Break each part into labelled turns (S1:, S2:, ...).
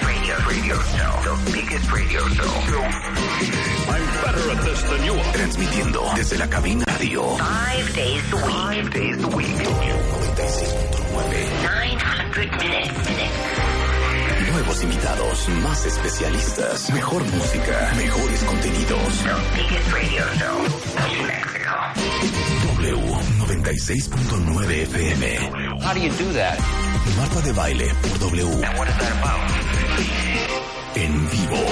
S1: Radio, radio show. The biggest radio show.
S2: I'm better at this than you are.
S1: Transmitiendo desde la cabina radio.
S3: Five days a week,
S1: Five days a week. 96.9.
S3: 900 minutes.
S1: Nuevos invitados, más especialistas, mejor música, mejores contenidos.
S3: The biggest radio show in Mexico.
S1: W 96.9 FM.
S4: How do you do that?
S1: Marta de baile por W.
S4: What is that about?
S1: En vivo.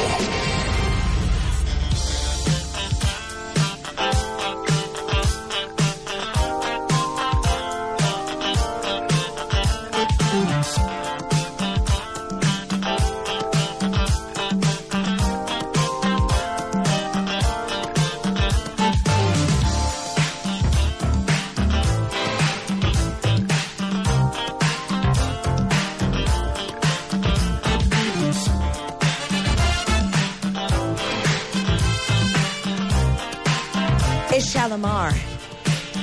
S5: It's Shalimar.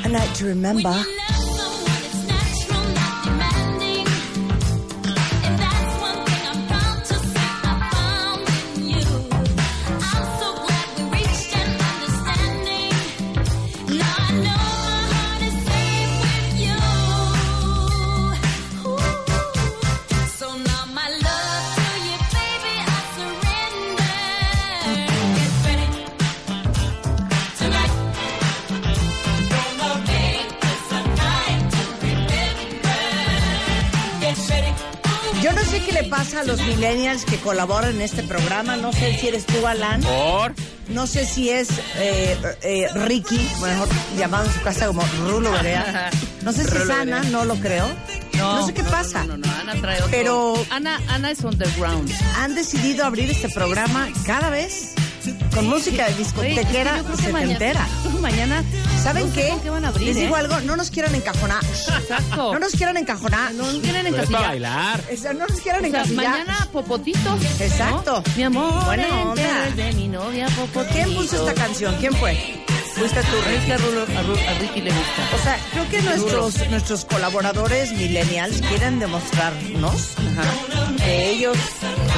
S5: A night to remember.
S6: So now my love to you, baby, I surrender. Get ready tonight. Gonna make this a night to remember. Get ready.
S5: Yo no sé qué le pasa a los millennials que colaboran en este programa. No sé si eres tú, Alan.
S7: Por.
S5: No sé si es eh, eh, Ricky, mejor llamado en su casa como Rulo Berea. No sé si es Ana, no lo creo. No, sé qué pasa.
S8: No, no, no, Ana trae otro.
S5: Pero-
S8: Ana, Ana es underground.
S5: Han decidido abrir este programa cada vez con música de
S8: Oye, es que
S5: discotequera
S8: yo creo que mañana-
S5: setentera.
S8: yo creo que mañana.
S5: ¿Saben
S8: no sé
S5: qué?
S8: con van a abrir?
S5: Les digo
S8: ¿eh?
S5: algo, no nos quieran encajonar.
S8: Exacto.
S5: No nos quieran encajonar.
S8: No nos quieren
S7: Pero es para
S8: encasillar.
S7: bailar.
S5: O sea, no nos quieran
S8: O sea,
S5: encasillar.
S8: mañana popotito. ¿no?
S5: Exacto.
S8: Mi amor,
S5: Buena
S8: ven,
S5: onda.
S8: pero es de mi novia popotito.
S5: ¿Quién puso esta canción? ¿Quién fue? Fuiste tú, Ricky.
S8: Es que a, Rulo- a Ru- a Ricky le gusta.
S5: O sea, creo que nuestros, nuestros colaboradores millennials quieren demostrarnos que ellos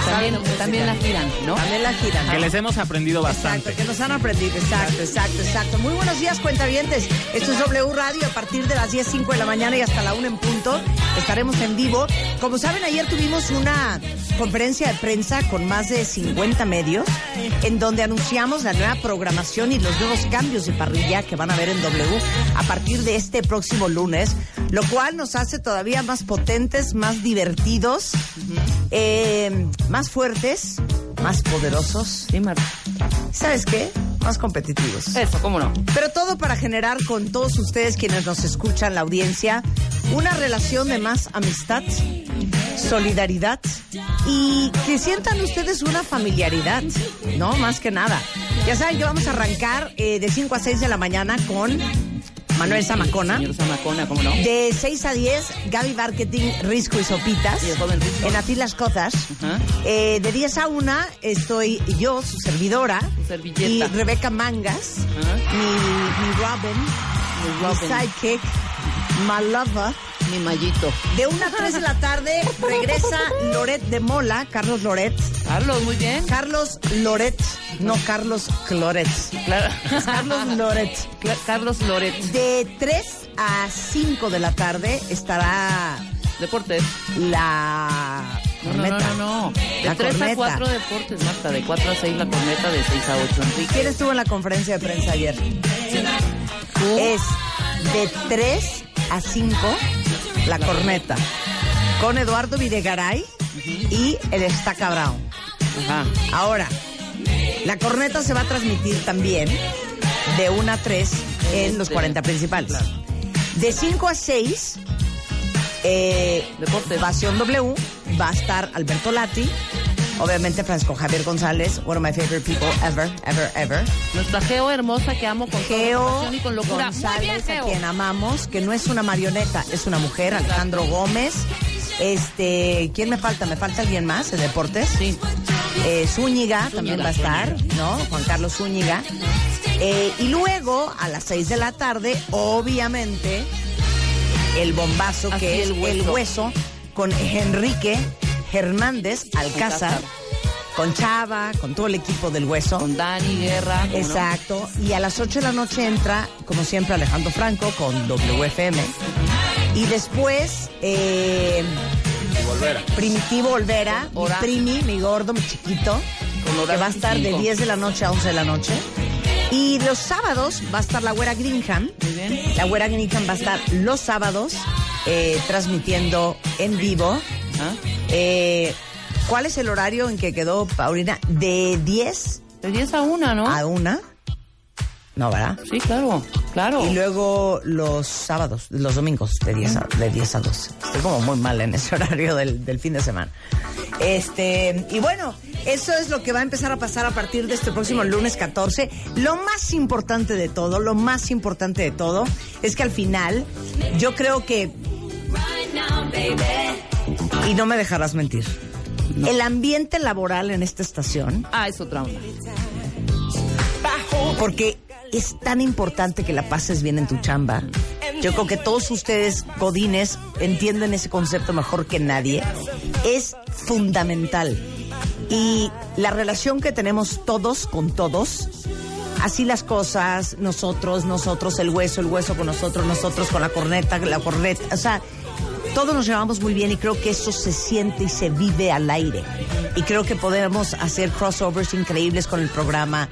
S5: saben
S8: También,
S5: música.
S8: también la giran, ¿no?
S5: También la giran.
S7: Que les hemos aprendido bastante.
S5: Ah. Exacto, que nos han aprendido. Exacto, exacto, exacto. Muy buenos días, cuentavientes. Esto es W Radio a partir de las 10.05 de la mañana y hasta la 1 en punto. Estaremos en vivo. Como saben, ayer tuvimos una conferencia de prensa con más de 50 medios en donde anunciamos la nueva programación y los nuevos cambios de parrilla que van a haber en W a partir de este próximo lunes, lo cual nos hace todavía más potentes, más divertidos, eh, más fuertes, más poderosos.
S8: Sí, Marta.
S5: ¿sabes qué? Más competitivos.
S8: Eso, cómo no.
S5: Pero todo para generar con todos ustedes quienes nos escuchan, la audiencia, una relación de más amistad, solidaridad y que sientan ustedes una familiaridad, ¿no? Más que nada. Ya saben que vamos a arrancar eh, de 5 a 6 de la mañana con Manuel Zamacona.
S8: Señor Zamacona, cómo no.
S5: De 6 a 10, Gaby Marketing, Risco y Sopitas.
S8: Y el joven Risco.
S5: En Así las Cosas.
S8: Ajá.
S5: Eh, de 10 a 1 estoy yo, su servidora.
S8: Su servilleta.
S5: Y Rebeca Mangas.
S8: Ajá.
S5: Mi, mi Robin. Mi
S8: Robin.
S5: sidekick. My lover.
S8: Mi mallito.
S5: De 1 a 3 de la tarde regresa Loret de Mola, Carlos Loret.
S8: Carlos, muy bien.
S5: Carlos Loret, no Carlos Cloret.
S8: Claro.
S5: Carlos Loret.
S8: Cla- Carlos Loret.
S5: De 3 a 5 de la tarde estará
S8: Deportes.
S5: la
S8: No, no, no,
S5: corneta.
S8: no, no. De
S5: La
S8: 3
S5: corneta.
S8: a 4 deportes, Marta. De 4 a 6 la corneta, de 6 a 8 Enrique.
S5: ¿Quién estuvo en la conferencia de prensa ayer?
S8: Tú.
S5: Es de 3 a 5 la corneta. Con Eduardo Videgaray y el Estaca Brown.
S8: Ajá.
S5: Ahora, la corneta se va a transmitir también de 1 a 3 en los
S8: Este,
S5: 40 principales.
S8: claro.
S5: De 5 a eh, 6, eh,
S8: Deportes.
S5: Pasión W, va a estar Alberto Lati Obviamente Francisco Javier González, one of my favorite people ever, ever, ever.
S8: Nuestra Geo hermosa que amo con toda mi
S5: Geo
S8: pasión y con locura. Muy bien,
S5: González, a
S8: Geo.
S5: quien amamos, que no es una marioneta, es una mujer, Alejandro Gómez. Este, ¿quién me falta? ¿Me falta alguien más en deportes?
S8: Sí.
S5: Eh, Zúñiga, también va a estar, ¿no? Juan Carlos Zúñiga. Eh, y luego, a las 6 de la tarde, obviamente, el bombazo
S8: Así
S5: que es
S8: el
S5: el hueso.
S8: hueso.
S5: con Enrique Hernández Alcázar,
S8: Alcázar.
S5: con Chava, con todo el equipo del hueso.
S8: Con Dani Guerra. ¿cómo no?
S5: Exacto. Y a las 8 de la noche entra, como siempre, Alejandro Franco con WFM. Y después, eh, Primitivo Olvera, mi
S8: Hora.
S5: primi, mi gordo, mi chiquito,
S8: Con hora
S5: que va a estar de
S8: 25.
S5: 10 de la noche a 11 de la noche. Y los sábados va a estar la güera Greenham.
S8: Muy bien.
S5: La güera Greenham va a estar los sábados eh, transmitiendo en vivo.
S8: Ah,
S5: Eh, ¿Cuál es el horario en que quedó Paulina? De 10
S8: De 10 a 1, ¿no?
S5: a una. No, ¿verdad?
S8: Sí, claro, claro.
S5: Y luego los sábados, los domingos, de 10 a, de 10 a 12. Estoy como muy mal en ese horario del, del fin de semana. Este, y bueno, eso es lo que va a empezar a pasar a partir de este próximo lunes 14. Lo más importante de todo, lo más importante de todo, es que al final, yo creo que y no me dejarás mentir. El ambiente laboral en esta estación,
S8: Ah, es otra onda.
S5: porque es tan importante que la pases bien en tu chamba. Yo creo que todos ustedes, codines, entienden ese concepto mejor que nadie. Es fundamental. Y la relación que tenemos todos con todos, así las cosas, nosotros, nosotros, el hueso, el hueso con nosotros, nosotros con la corneta, la corneta, o sea, todos nos llevamos muy bien y creo que eso se siente y se vive al aire. Y creo que podemos hacer crossovers increíbles con el programa,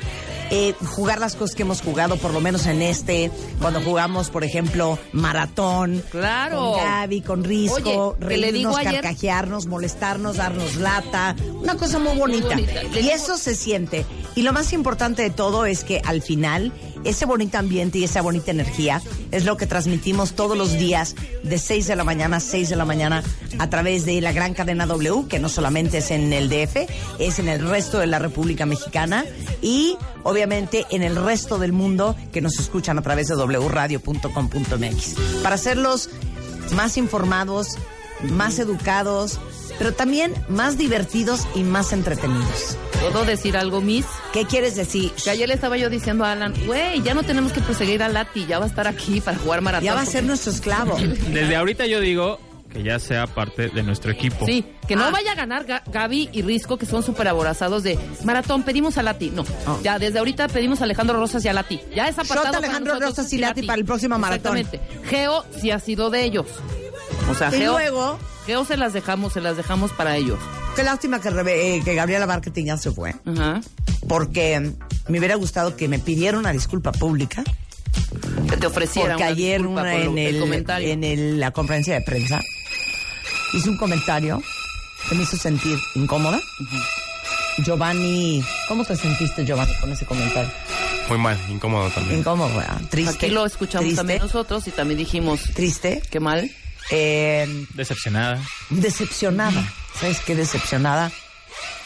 S5: eh, jugar las cosas que hemos jugado, por lo menos en este, cuando jugamos, por ejemplo, maratón.
S8: Claro.
S5: Con Gaby, con Risco,
S8: Oye, que le digo
S5: reírnos,
S8: ayer-
S5: carcajearnos, molestarnos, darnos lata. Una cosa muy bonita.
S8: bonita. Le
S5: Y
S8: digo-
S5: eso se siente. Y lo más importante de todo es que al final, ese bonito ambiente y esa bonita energía es lo que transmitimos todos los días de 6 de la mañana a 6 de la mañana a través de la gran cadena W, que no solamente es en el DF, es en el resto de la República Mexicana y obviamente en el resto del mundo que nos escuchan a través de wradio.com.mx. Para hacerlos más informados, más educados, pero también más divertidos y más entretenidos.
S8: ¿Puedo decir algo, Miss?
S5: ¿Qué quieres decir?
S8: Que ayer le estaba yo diciendo a Alan, güey, ya no tenemos que perseguir a Lati, ya va a estar aquí para jugar maratón.
S5: Ya va a ser nuestro esclavo.
S7: Desde ahorita yo digo que ya sea parte de nuestro equipo.
S8: Sí, que no
S5: Ah.
S8: vaya a ganar Ga- Gaby y Risco, que son súper aborazados de maratón, pedimos a Lati. No,
S5: Ah.
S8: ya desde ahorita pedimos a Alejandro Rosas y a Lati. Ya es apartado. para
S5: Alejandro
S8: nosotros
S5: Rosas y Lati para el próximo maratón.
S8: Exactamente. Geo sí ha sido de ellos. O sea,
S5: Y
S8: Geo,
S5: luego,
S8: Geo se las dejamos, se las dejamos para ellos.
S5: qué lástima que, Rebe- eh, que Gabriela Marketing ya se fue.
S8: Ajá.
S5: Porque mm, me hubiera gustado que me pidiera una disculpa pública.
S8: Que te ofreciera
S5: Porque
S8: una
S5: ayer
S8: disculpa
S5: una
S8: por lo-
S5: en,
S8: el,
S5: el-
S8: comentario.
S5: en el- la conferencia de prensa hizo un comentario que me hizo sentir incómoda. Giovanni, ¿cómo te sentiste, Giovanni, con ese comentario?
S9: Muy mal, incómodo también.
S5: Incómodo, ¿verdad? triste.
S8: Aquí lo escuchamos
S5: triste,
S8: también nosotros y también dijimos,
S5: Triste,
S8: qué mal.
S5: eh,
S7: Decepcionada.
S5: decepcionada. ¿Sabes qué? Decepcionada.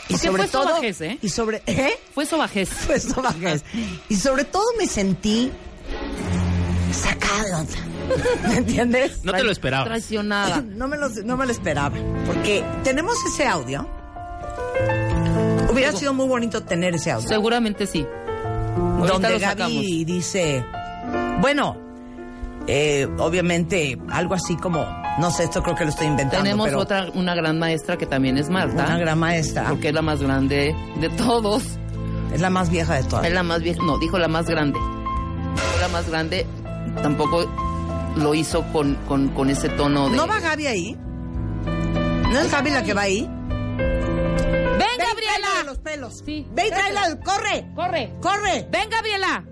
S5: Y
S8: Porque
S5: sobre
S8: fue
S5: todo,
S8: sobajez, ¿eh?
S5: y sobre, ¿eh?
S8: Fue sobajez.
S5: Fue sobajez. Y sobre todo me sentí sacada de onda. ¿Me entiendes?
S7: No te lo esperaba.
S8: Traicionada.
S5: No me, lo, no me lo esperaba. Porque tenemos ese audio. Hubiera sido muy bonito tener ese audio.
S8: Seguramente sí. Ahorita
S5: donde
S8: lo sacamos.
S5: Gaby dice, bueno, eh, obviamente algo así como, no sé, esto creo que lo estoy inventando.
S8: Tenemos
S5: pero
S8: otra, una gran maestra que también es Marta.
S5: Una gran maestra.
S8: Porque es la más grande de todos.
S5: Es la más vieja de todas.
S8: Es la más vieja. No, dijo la más grande. Dijo La más grande tampoco lo hizo con, con, con ese tono de.
S5: ¿No va Gaby ahí? ¿No es Gaby la que va ahí?
S8: Pues ¡Ven,
S5: tráela de
S8: Gabriela!
S5: los pelos!
S8: Sí.
S5: ¡Ve y tráela! ¡Corre!
S8: ¡Corre!
S5: ¡Corre!
S8: ¡Ven, Gabriela!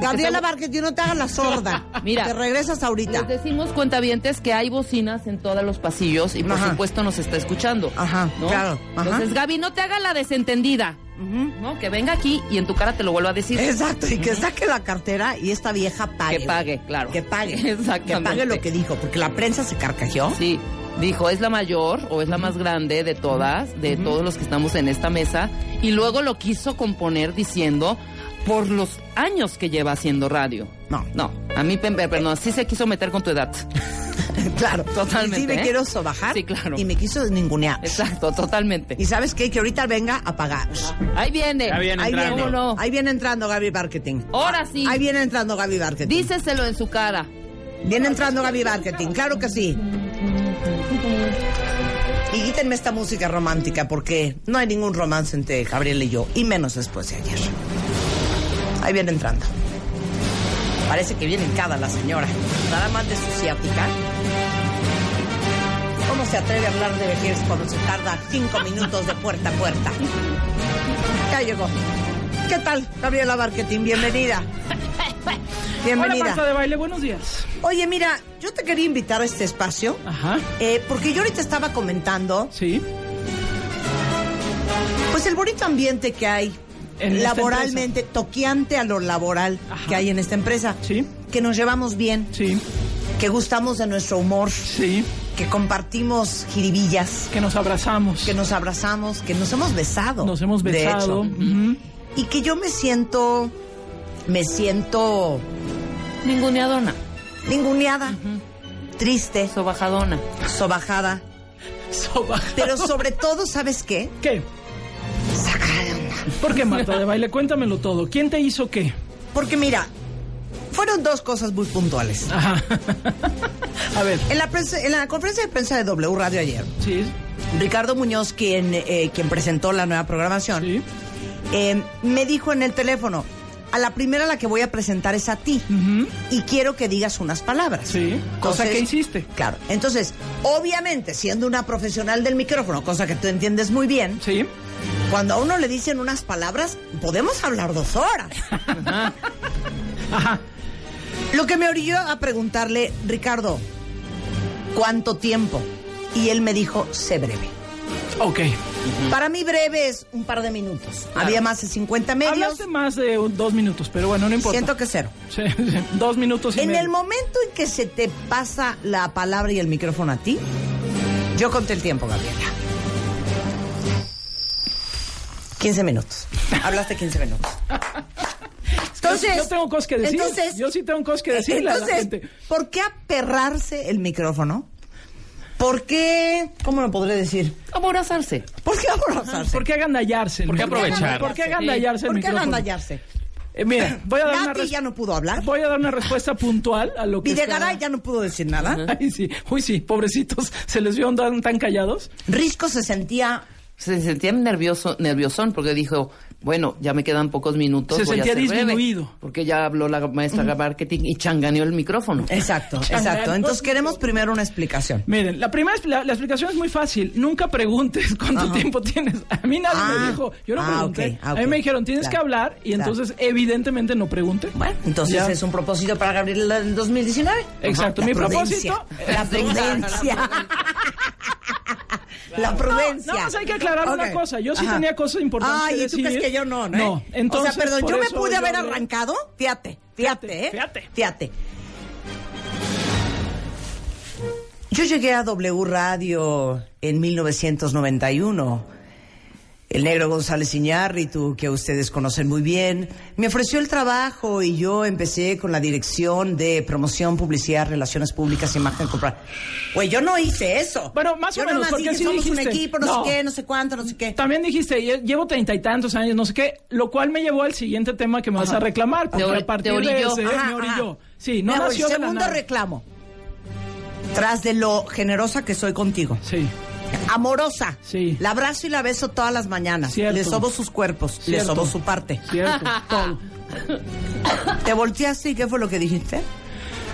S5: Gabriela Márquez, yo no te hagas la sorda.
S8: Mira.
S5: Te regresas ahorita.
S8: Les decimos, cuentavientes, que hay bocinas en todos los pasillos y por
S5: Ajá.
S8: supuesto nos está escuchando.
S5: Ajá,
S8: ¿no?
S5: claro, ajá.
S8: Entonces, Gaby, no te haga la desentendida. ¿no? Que venga aquí y en tu cara te lo vuelvo a decir.
S5: Exacto, y que saque la cartera y esta vieja pague.
S8: Que pague, claro.
S5: Que pague.
S8: Exactamente.
S5: Que pague lo que dijo, porque la prensa se carcajeó.
S8: Sí. Dijo, es la mayor o es la más grande de todas, de todos los que estamos en esta mesa. Y luego lo quiso componer diciendo, por los años que lleva haciendo radio.
S5: No.
S8: No, a mí, pe- pe- perdón, sí se quiso meter con tu edad.
S5: claro.
S8: Totalmente,
S5: Sí, me
S8: ¿eh?
S5: quiero sobajar.
S8: Sí, claro.
S5: Y me quiso ningunear.
S8: Exacto, totalmente.
S5: Y sabes qué? Que ahorita venga a pagar.
S8: Ahí viene.
S7: Ahí viene
S5: Ahí
S7: entrando.
S5: viene,
S8: ¿Cómo no?
S5: ahí viene entrando Gaby Marketing.
S8: Ahora sí.
S5: Ahí viene entrando Gaby Marketing.
S8: Díceselo en su cara.
S5: Viene entrando Gaby Marketing, claro que sí. Y quítenme esta música romántica porque no hay ningún romance entre Gabriel y yo, y menos después de ayer. Ahí viene entrando. Parece que viene cada la señora. Nada más de su ciática. ¿Cómo se atreve a hablar de vejez cuando se tarda cinco minutos de puerta a puerta? Ya llegó. ¿Qué tal, Gabriela Marketing? Bienvenida. Bienvenida.
S10: de baile, buenos días.
S5: Oye, mira, yo te quería invitar a este espacio
S10: Ajá,
S5: eh, porque yo ahorita estaba comentando,
S10: sí.
S5: pues el bonito ambiente que hay
S10: En esta
S5: laboralmente, toqueante a lo laboral
S10: Ajá.
S5: que hay en esta empresa,
S10: Sí.
S5: que nos llevamos bien,
S10: Sí,
S5: que gustamos de nuestro humor,
S10: sí.
S5: que compartimos jiribillas,
S10: Que nos abrazamos.
S5: que nos abrazamos, que nos hemos besado.
S10: Nos hemos
S5: de
S10: besado.
S5: hecho.
S10: Ujú.
S5: y que yo me siento, me siento
S8: Ninguneadona,
S5: ninguneada, triste,
S8: sobajadona.
S5: sobajada,
S10: Sobaja.
S5: pero sobre todo, ¿sabes qué?
S10: ¿Qué?
S5: Sacada de onda.
S10: ¿Por qué, Marta de baile? Cuéntamelo todo. ¿Quién te hizo qué?
S5: Porque mira, fueron dos cosas muy puntuales.
S10: Ajá. A ver.
S5: En la, prensa- en la conferencia de prensa de W Radio ayer,
S10: Sí,
S5: Ricardo Muñoz, quien, eh, quien presentó la nueva programación,
S10: sí.
S5: eh, me dijo en el teléfono, a la primera la que voy a presentar es a ti
S10: Ujú.
S5: y quiero que digas unas palabras.
S10: Sí, cosa
S5: Entonces,
S10: que hiciste.
S5: Claro, entonces, obviamente, siendo una profesional del micrófono, cosa que tú entiendes muy bien,
S10: Sí.
S5: cuando a uno le dicen unas palabras, podemos hablar dos horas.
S10: Ajá.
S5: Lo que me orilló a preguntarle, Ricardo, ¿cuánto tiempo? Y él me dijo, sé breve.
S10: Ok.
S5: Para mí breve es un par de minutos. Había más de 50 medios.
S10: Hablaste más de un- dos minutos, pero bueno, no importa.
S5: Siento que cero.
S10: Sí, sí. Dos minutos y
S5: En
S10: medio.
S5: el momento en que se te pasa la palabra y el micrófono a ti, yo conté el tiempo, Gabriela. 15 minutos. Hablaste 15 minutos. Entonces,
S10: yo tengo cosas que decir.
S5: Entonces,
S10: Yo sí tengo cosas que decirle a la
S5: entonces,
S10: gente.
S5: ¿por qué aperrarse el micrófono? ¿Por qué? ¿Cómo lo podré decir?
S8: Aborazarse.
S5: ¿Por qué abrazarse?
S10: ¿Por qué agandallarse? el
S7: ¿Por qué
S10: micrófono?
S7: aprovechar?
S10: ¿Por qué agandallarse? el
S5: ¿Por qué
S10: micrófono?
S5: agandallarse?
S10: Eh, mira, voy a dar una
S5: Nati
S10: res-
S5: ya no pudo hablar.
S10: voy a dar una respuesta puntual a lo que está-
S5: Videgaray ya no pudo decir nada.
S10: Ay, sí. Uy, sí, pobrecitos, se les vio andar tan callados.
S5: Risco se sentía
S8: Se sentía nervioso, nerviosón porque dijo, bueno, ya me quedan pocos minutos.
S10: Se
S8: voy a
S10: sentía
S8: ser breve",
S10: disminuido.
S8: porque ya habló la maestra de marketing y changaneó el micrófono.
S5: Exacto, exacto. Entonces queremos primero una explicación.
S10: Miren, la primera expl- la, la explicación es muy fácil. Nunca preguntes cuánto tiempo tienes. A mí nadie
S5: Ah,
S10: me dijo, yo no
S5: ah,
S10: pregunté.
S5: ok, ah,
S10: A mí
S5: ok.
S10: me dijeron, tienes
S5: Claro,
S10: que hablar y
S5: claro.
S10: entonces evidentemente no pregunté.
S5: Bueno, entonces
S10: Ya.
S5: es un propósito para Gabriela del 2019.
S10: Exacto,
S5: Ajá,
S10: mi
S5: la prudencia,
S10: propósito-
S5: La prudencia. la prudencia.
S10: No, nada más hay que aclarar una
S5: Ok.
S10: cosa. Yo sí
S5: Ajá.
S10: tenía cosas importantes
S5: Ay,
S10: que
S5: ¿y tú crees
S10: decir.
S5: que yo no, no?
S10: No,
S5: eh?
S10: entonces,
S5: O sea, perdón,
S10: por
S5: yo me
S10: eso
S5: pude
S10: yo
S5: haber
S10: hablé.
S5: arrancado. Fíjate, fíjate, ¿eh?
S10: fíjate.
S5: Fíjate. Yo llegué a W Radio en 1991. El negro González Iñárritu, que ustedes conocen muy bien, me ofreció el trabajo y yo empecé con la dirección de promoción, publicidad, relaciones públicas, imagen, comprar. Güey, yo no hice eso.
S10: Bueno, más o
S5: Yo
S10: menos,
S5: nomás
S10: porque
S5: dije,
S10: sí
S5: somos un
S10: dijiste.
S5: equipo, no,
S10: No.
S5: sé qué, no sé cuánto, no sé qué.
S10: También dijiste, "Lle- llevo treinta y tantos años, no sé qué, lo cual me llevó al siguiente tema que me vas a reclamar, porque
S8: Te ori-
S10: a partir
S8: te orilló.
S10: de ese
S5: Ajá,
S10: me orilló.
S5: ajá.
S10: Sí, no
S5: Me
S10: nació
S5: voy.
S10: de la
S5: Segundo
S10: nada.
S5: reclamo. Tras de lo generosa que soy contigo.
S10: Sí,
S5: Amorosa.
S10: Sí.
S5: La abrazo y la beso todas las mañanas.
S10: Cierto.
S5: Le sobo sus cuerpos. Le
S10: Cierto.
S5: sobo su parte.
S10: cierto, todo.
S5: ¿Te volteaste y qué fue lo que dijiste?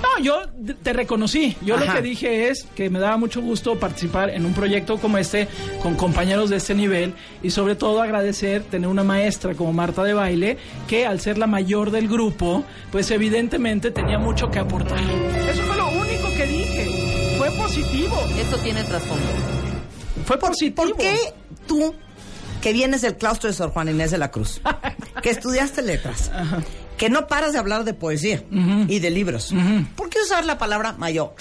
S10: No, yo d- te reconocí. Yo lo
S5: Ajá.
S10: que dije es que me daba mucho gusto participar en un proyecto como este con compañeros de este nivel y sobre todo agradecer tener una maestra como Marta de baile que al ser la mayor del grupo, pues evidentemente tenía mucho que aportar. Eso fue lo único que dije. Fue positivo.
S8: Esto tiene trasfondo.
S10: Fue positivo.
S5: ¿Por qué tú, que vienes del claustro de Sor Juan Inés de la Cruz, que estudiaste letras, que no paras de hablar de poesía y de libros, ¿por qué usar la palabra mayor?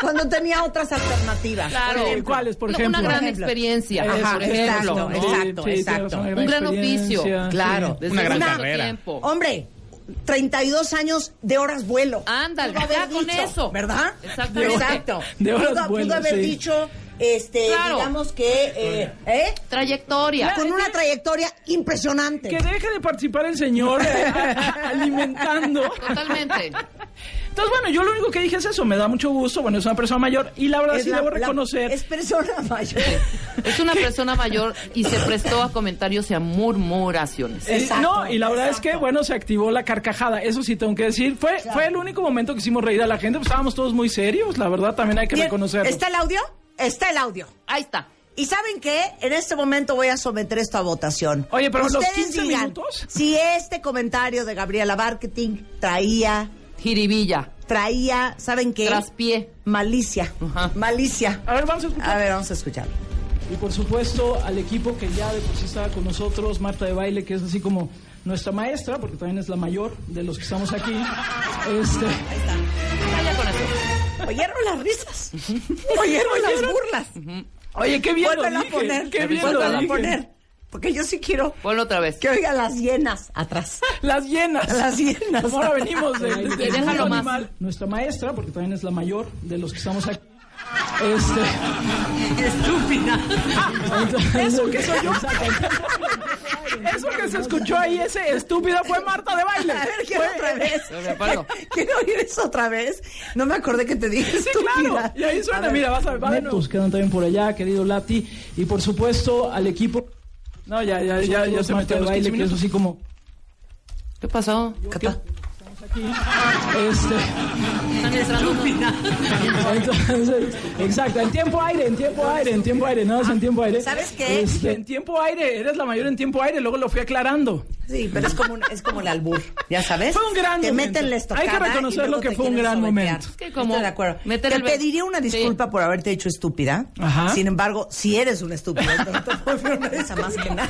S5: cuando tenía otras alternativas.
S8: Claro.
S5: Por ejemplo.
S10: ¿Cuáles, por
S8: Una-
S10: ejemplo?
S8: Una gran
S5: Ejemplo.
S8: experiencia,
S5: Eso,
S8: ajá, por ejemplo,
S5: exacto,
S8: ¿no?
S5: exacto,
S10: Sí, sí,
S5: exacto.
S10: tienes
S8: Un gran oficio,
S10: experiencia,
S8: claro.
S10: sí.
S8: desde
S9: Una gran
S8: mucho
S9: carrera.
S8: tiempo.
S5: Hombre, 32 años de horas vuelo.
S8: Ándale,
S5: Pudo
S8: ya
S5: haber
S8: con
S5: dicho,
S8: eso.
S5: ¿Verdad?
S8: Exactamente.
S5: Exacto.
S10: De horas
S5: pudo, pudo
S10: vuelo,
S5: haber
S10: sí.
S5: dicho, este,
S8: Claro.
S5: digamos que, eh, ¿eh?
S8: Trayectoria.
S5: Con una trayectoria impresionante.
S10: Que deje de participar el señor eh, alimentando.
S8: Totalmente.
S10: Entonces, bueno, yo lo único que dije es eso, me da mucho gusto, bueno, es una persona mayor y la verdad
S5: Es
S10: sí
S5: la-
S10: debo
S5: la-
S10: reconocer.
S5: es persona mayor.
S8: Es una persona mayor y se prestó a comentarios y a murmuraciones.
S10: Eh,
S5: Exacto,
S10: no, y la verdad es que,
S5: exacto.
S10: bueno, se activó la carcajada, eso sí tengo que decir. Fue, fue el único momento que hicimos reír a la gente, pues estábamos todos muy serios, la verdad también hay que
S5: Bien,
S10: reconocerlo.
S5: ¿Está el audio? Está el audio.
S8: Ahí está.
S5: Y saben qué, en este momento voy a someter esto a votación.
S10: Oye, pero los
S5: Ustedes
S10: 15
S5: digan
S10: minutos.
S5: Si este comentario de Gabriela Marketing traía,
S8: Jiribilla.
S5: traía, ¿saben qué?
S8: Traspié.
S5: Malicia.
S8: Ajá.
S5: Malicia.
S10: A ver, vamos a escuchar.
S5: A ver, vamos a escucharlo.
S10: Y por supuesto al equipo que ya de por sí estaba con nosotros, Marta de Baile, que es así como nuestra maestra, porque también es la mayor de los que estamos aquí. Este,
S8: Vaya con eso.
S5: Oyeron las risas. Oyeron las burlas.
S10: oye, qué bien lo
S5: Vuélvelo a
S10: dije,
S5: poner.
S10: qué bien lo
S5: Vuélvelo a
S10: dije.
S5: poner. Porque yo sí quiero
S8: Ponlo otra vez.
S5: que oigan las hienas atrás.
S10: Las hienas.
S5: Las hienas.
S10: Como Pues ahora venimos de, de-
S8: Y déjalo
S10: del
S8: más.
S10: animal. Nuestra maestra, porque también es la mayor de los que estamos aquí. Este. Estúpida. Eso que soy yo. Eso que se escuchó ahí, ese estúpida, fue Marta de baile.
S5: A ver, quiero otra vez.
S8: Lo reparo.
S5: Quiero oír eso otra vez. No me acordé que te dije
S10: Sí,
S5: estúpida.
S10: claro. Y ahí suena,
S5: A ver,
S10: mira, vas a ver. Netos quedan también por allá, querido Lati. Y por supuesto, al equipo. No, ya, ya, ya, ya se metió el baile, que es así como.
S8: ¿Qué pasó?
S5: ¿Qué pa-
S10: Este.
S8: Están entrando unos-
S10: Entonces, exacto, en tiempo aire, en tiempo aire, en tiempo aire, no, es en tiempo aire.
S5: ¿Sabes qué?
S10: Este, en tiempo aire, eres la mayor en tiempo aire, luego lo fui aclarando.
S5: Sí, pero es como, un- es como el albur, ya sabes.
S10: Fue un gran
S5: te
S10: momento.
S5: meten la
S10: Hay
S5: estocada
S10: que reconocerlo
S5: y luego
S10: que
S5: te
S10: fue un
S5: quieren
S10: gran
S5: someter.
S10: momento.
S8: Es que como
S5: Estoy de acuerdo.
S8: meter
S5: te
S8: el-
S5: pediría una
S8: Sí.
S5: disculpa por haberte hecho estúpida.
S10: Ajá.
S5: Sin embargo, si eres una estúpida, no te puedo ver una risa más que nada.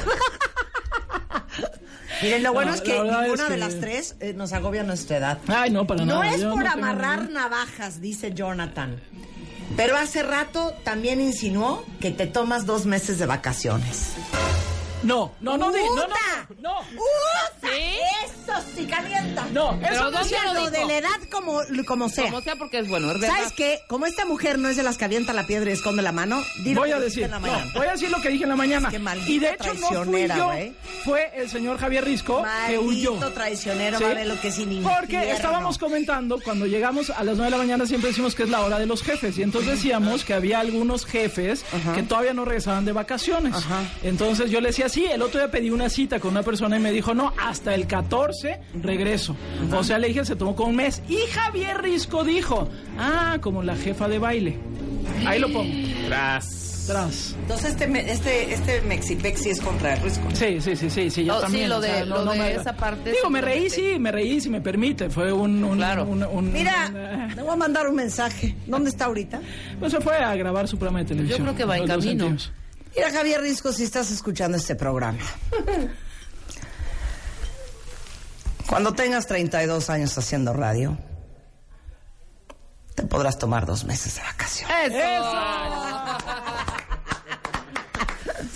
S5: Miren, lo bueno
S10: No,
S5: es que
S10: la verdad
S5: ninguna
S10: es
S5: de
S10: que-
S5: las tres eh, nos agobia nuestra edad.
S10: Ay, no, para
S5: No
S10: nada.
S5: es
S10: yo
S5: por
S10: no tengo
S5: amarrar navajas, dice Jonathan. Pero hace rato también insinuó que te tomas dos meses de vacaciones.
S10: No, no, no, di- no, no,
S5: ¡Uta!
S10: no.
S5: ¡Uta!
S8: ¿Sí?
S5: Eso sí calienta.
S10: No,
S8: Pero
S10: eso no
S8: ¿dónde
S10: es
S8: lo
S10: cierto.
S5: Lo de
S8: dijo?
S5: la edad como, como sea.
S8: Como sea, porque es bueno. es verdad.
S5: ¿Sabes qué? Como esta mujer no es de las que avienta la piedra y esconde la mano, di lo
S10: Voy
S5: que
S10: a
S5: dijiste
S10: decir,
S5: en la
S10: no,
S5: mañana.
S10: voy a decir lo que dije en la mañana.
S5: que maldito
S10: y de hecho no fui
S5: traicionera,
S10: yo,
S5: güey.
S10: fue el señor Javier Risco que
S5: Maldito
S10: huyó.
S5: traicionero,
S10: Sí.
S5: va a ver lo que es sin
S10: Porque estábamos comentando, cuando llegamos a las 9 de la mañana siempre decimos que es la hora de los jefes. Y entonces decíamos que había algunos jefes que todavía no regresaban de vacaciones. Entonces yo le decía, sí, el otro día pedí una cita con una persona y me dijo, no, hasta el 14 regreso. O sea, le dije, se tomó con un mes. Y Javier Risco dijo, ah, como la jefa de baile. Ahí lo pongo.
S9: Tras.
S10: Tras.
S5: Entonces este, me- este, este Mexipexi es contra el Risco.
S10: Sí, sí, sí, sí, sí, yo
S8: Oh, sí,
S10: también.
S8: lo
S10: o
S8: de-
S10: sea,
S8: lo de esa parte
S10: Digo, me reí,
S8: seguramente.
S10: sí, me reí, si me permite. Fue un... un-
S8: Claro.
S10: un- un-
S5: Mira,
S10: un-
S5: le voy a mandar un mensaje. ¿Dónde está ahorita?
S10: Pues se fue a grabar su programa de televisión.
S8: Yo creo que va en
S10: Los dos
S8: camino.
S10: sentidos.
S5: Mira, Javier Risco, si estás escuchando este programa. Cuando tengas 32 años haciendo radio, te podrás tomar dos meses de vacaciones.
S8: Eso.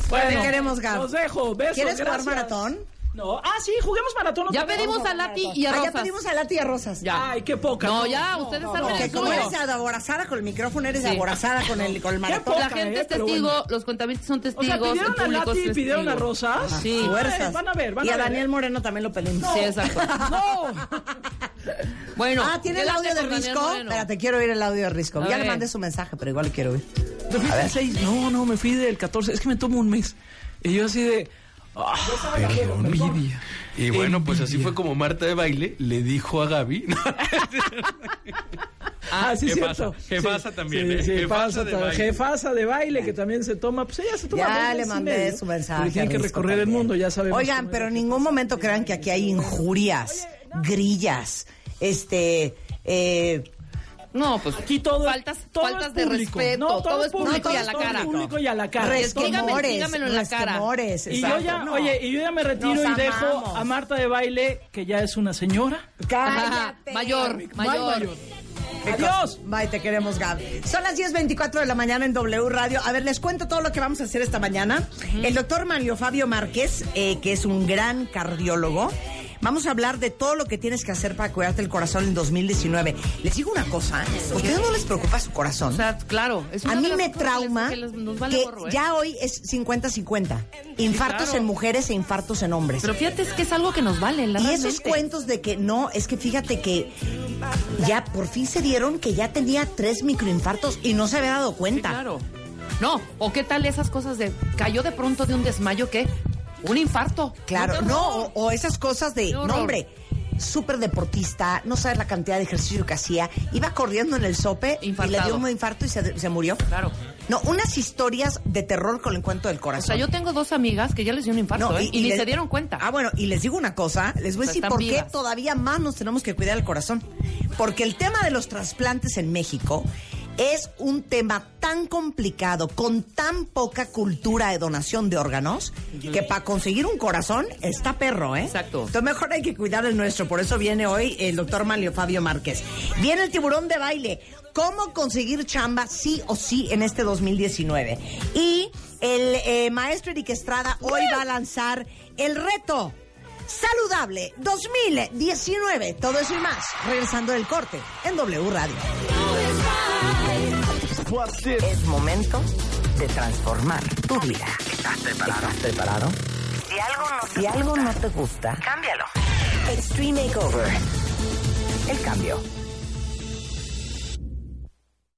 S10: Bueno,
S5: Te queremos, Gab.
S10: Los dejo, besos.
S5: ¿Quieres jugar
S10: gracias.
S5: maratón?
S10: No. Ah, sí, juguemos maratón.
S8: Ya
S10: otra vez.
S8: pedimos a Lati y a
S5: Ah,
S8: Rosas.
S5: ya pedimos a la tía Rosas.
S8: Ya.
S10: Ay, qué poca.
S8: No, ya, ustedes hacen
S5: Porque
S8: el
S5: como
S8: suyo.
S5: eres aborazada con el micrófono, eres
S8: Sí.
S5: aborazada con el, con el maratón.
S8: La gente
S10: eh,
S8: es
S10: pero
S8: testigo,
S10: bueno.
S8: los contamientos son
S10: O
S8: testigos.
S10: sea,
S8: el
S10: pidieron a
S8: público
S10: Lati
S8: es
S10: y pidieron a
S8: testigo.
S10: Rosas. Ah,
S8: Sí.
S5: Fuerzas.
S10: Van a ver, van
S5: y
S10: a
S5: a
S10: ver.
S5: Daniel Moreno también lo pedimos.
S8: Sí, exacto. Bueno.
S5: Ah, ¿tiene el
S8: quédate
S5: audio de
S8: con Daniel
S5: Risco?
S8: Moreno.
S5: Espérate, quiero oír el audio de Risco.
S8: A
S5: ya le
S8: ver.
S5: mandé su mensaje, pero igual le quiero oír.
S10: ¿Te fuiste el 6? No, no, me fui del 14. Es que me tomo un mes. Y yo así de... Ah, pero envidia.
S9: Y bueno, pues así fue como Marta de baile le dijo a Gaby.
S10: Ah, sí,
S9: jefasa,
S10: cierto.
S9: jefasa
S10: Sí,
S9: también,
S10: sí,
S9: ¿eh?
S10: sí,
S9: Jefasa
S10: jefasa,
S9: de
S10: ta-
S9: baile.
S10: jefasa de baile que también se toma. Pues ella se toma. dos
S5: Ya le
S10: meses y
S5: mandé
S10: medio.
S5: su mensaje.
S10: Porque Tiene que
S5: Risco,
S10: recorrer el
S5: también.
S10: mundo, ya sabemos.
S5: Oigan,
S10: cómo
S5: pero
S10: es.
S5: en ningún momento crean que aquí hay injurias, grillas, este... eh,
S8: No, pues.
S10: Aquí todo es-
S8: Faltas,
S10: todo
S8: faltas
S10: es
S8: de
S10: público.
S8: respeto.
S10: No,
S8: todo, es público y a la
S10: todo es
S8: cara.
S10: público y a la cara.
S8: Escrígame,
S5: resquemores,
S8: escrígamelo en la cara.
S5: resquemores,
S10: Y yo
S5: exacto.
S10: ya,
S5: No.
S10: oye, y yo ya me retiro
S5: Nos
S10: y dejo
S5: amamos.
S10: a Marta de baile, que ya es una señora.
S8: Ajá,
S5: Cállate.
S8: Mayor, mayor.
S10: mayor.
S5: Adiós. Bye, te queremos, Gab. Son las 10.24 de la mañana en W Radio. A ver, les cuento todo lo que vamos a hacer esta mañana. El doctor Mario Fabio Márquez, eh, que es un gran cardiólogo. Vamos a hablar de todo lo que tienes que hacer para cuidarte el corazón en 2019. Les digo una cosa, ¿eh? ¿a ustedes no les preocupa su corazón?
S8: O sea, claro. es una
S5: a
S8: de
S5: mí
S8: las
S5: me
S8: cosas
S5: trauma
S8: que
S5: que,
S8: les- nos vale gorro, ¿eh?
S5: ya hoy es 50-50. Infartos
S8: claro.
S5: en mujeres e infartos en hombres.
S8: Pero fíjate, es que es algo que nos vale, la
S5: Y
S8: realmente.
S5: esos cuentos de que no, es que fíjate que ya por fin se dieron que ya tenía tres microinfartos y no se había dado cuenta.
S8: Claro. No, o qué tal esas cosas de cayó de pronto de un desmayo que un infarto.
S5: Claro,
S8: qué
S5: no,
S8: horror.
S5: o, o esas cosas de,
S8: Qué
S5: no
S8: horror.
S5: hombre, súper deportista, no sabes la cantidad de ejercicio que hacía, iba corriendo en el sope y le
S8: Infartado.
S5: dio un infarto y se, se murió.
S8: Claro.
S5: No, unas historias de terror con el cuento del
S8: O
S5: corazón.
S8: sea, yo tengo dos amigas que ya les dio un infarto
S5: No,
S8: ¿eh? y, ni
S5: les-
S8: se dieron cuenta.
S5: Ah, bueno, y les digo una cosa, les voy a
S8: O sea,
S5: decir
S8: están
S5: por qué
S8: vivas.
S5: todavía más nos tenemos que cuidar el corazón. Porque el tema de los trasplantes en México es un tema tan complicado, con tan poca cultura de donación de órganos, que para conseguir un corazón está perro, ¿eh?
S8: Exacto.
S5: Entonces mejor hay que cuidar el nuestro. Por eso viene hoy el doctor Mario Fabio Márquez. Viene el tiburón de baile. ¿Cómo conseguir chamba sí o sí en este 2019? Y el eh, maestro Eric Estrada hoy va a lanzar el reto saludable 2019. Todo eso y más. Regresando del corte en W Radio. Es momento de transformar tu vida. ¿Estás preparado? preparado?
S3: Si algo no te
S5: Si
S3: gusta,
S5: algo no te gusta,
S3: cámbialo.
S5: Extreme Makeover. El cambio.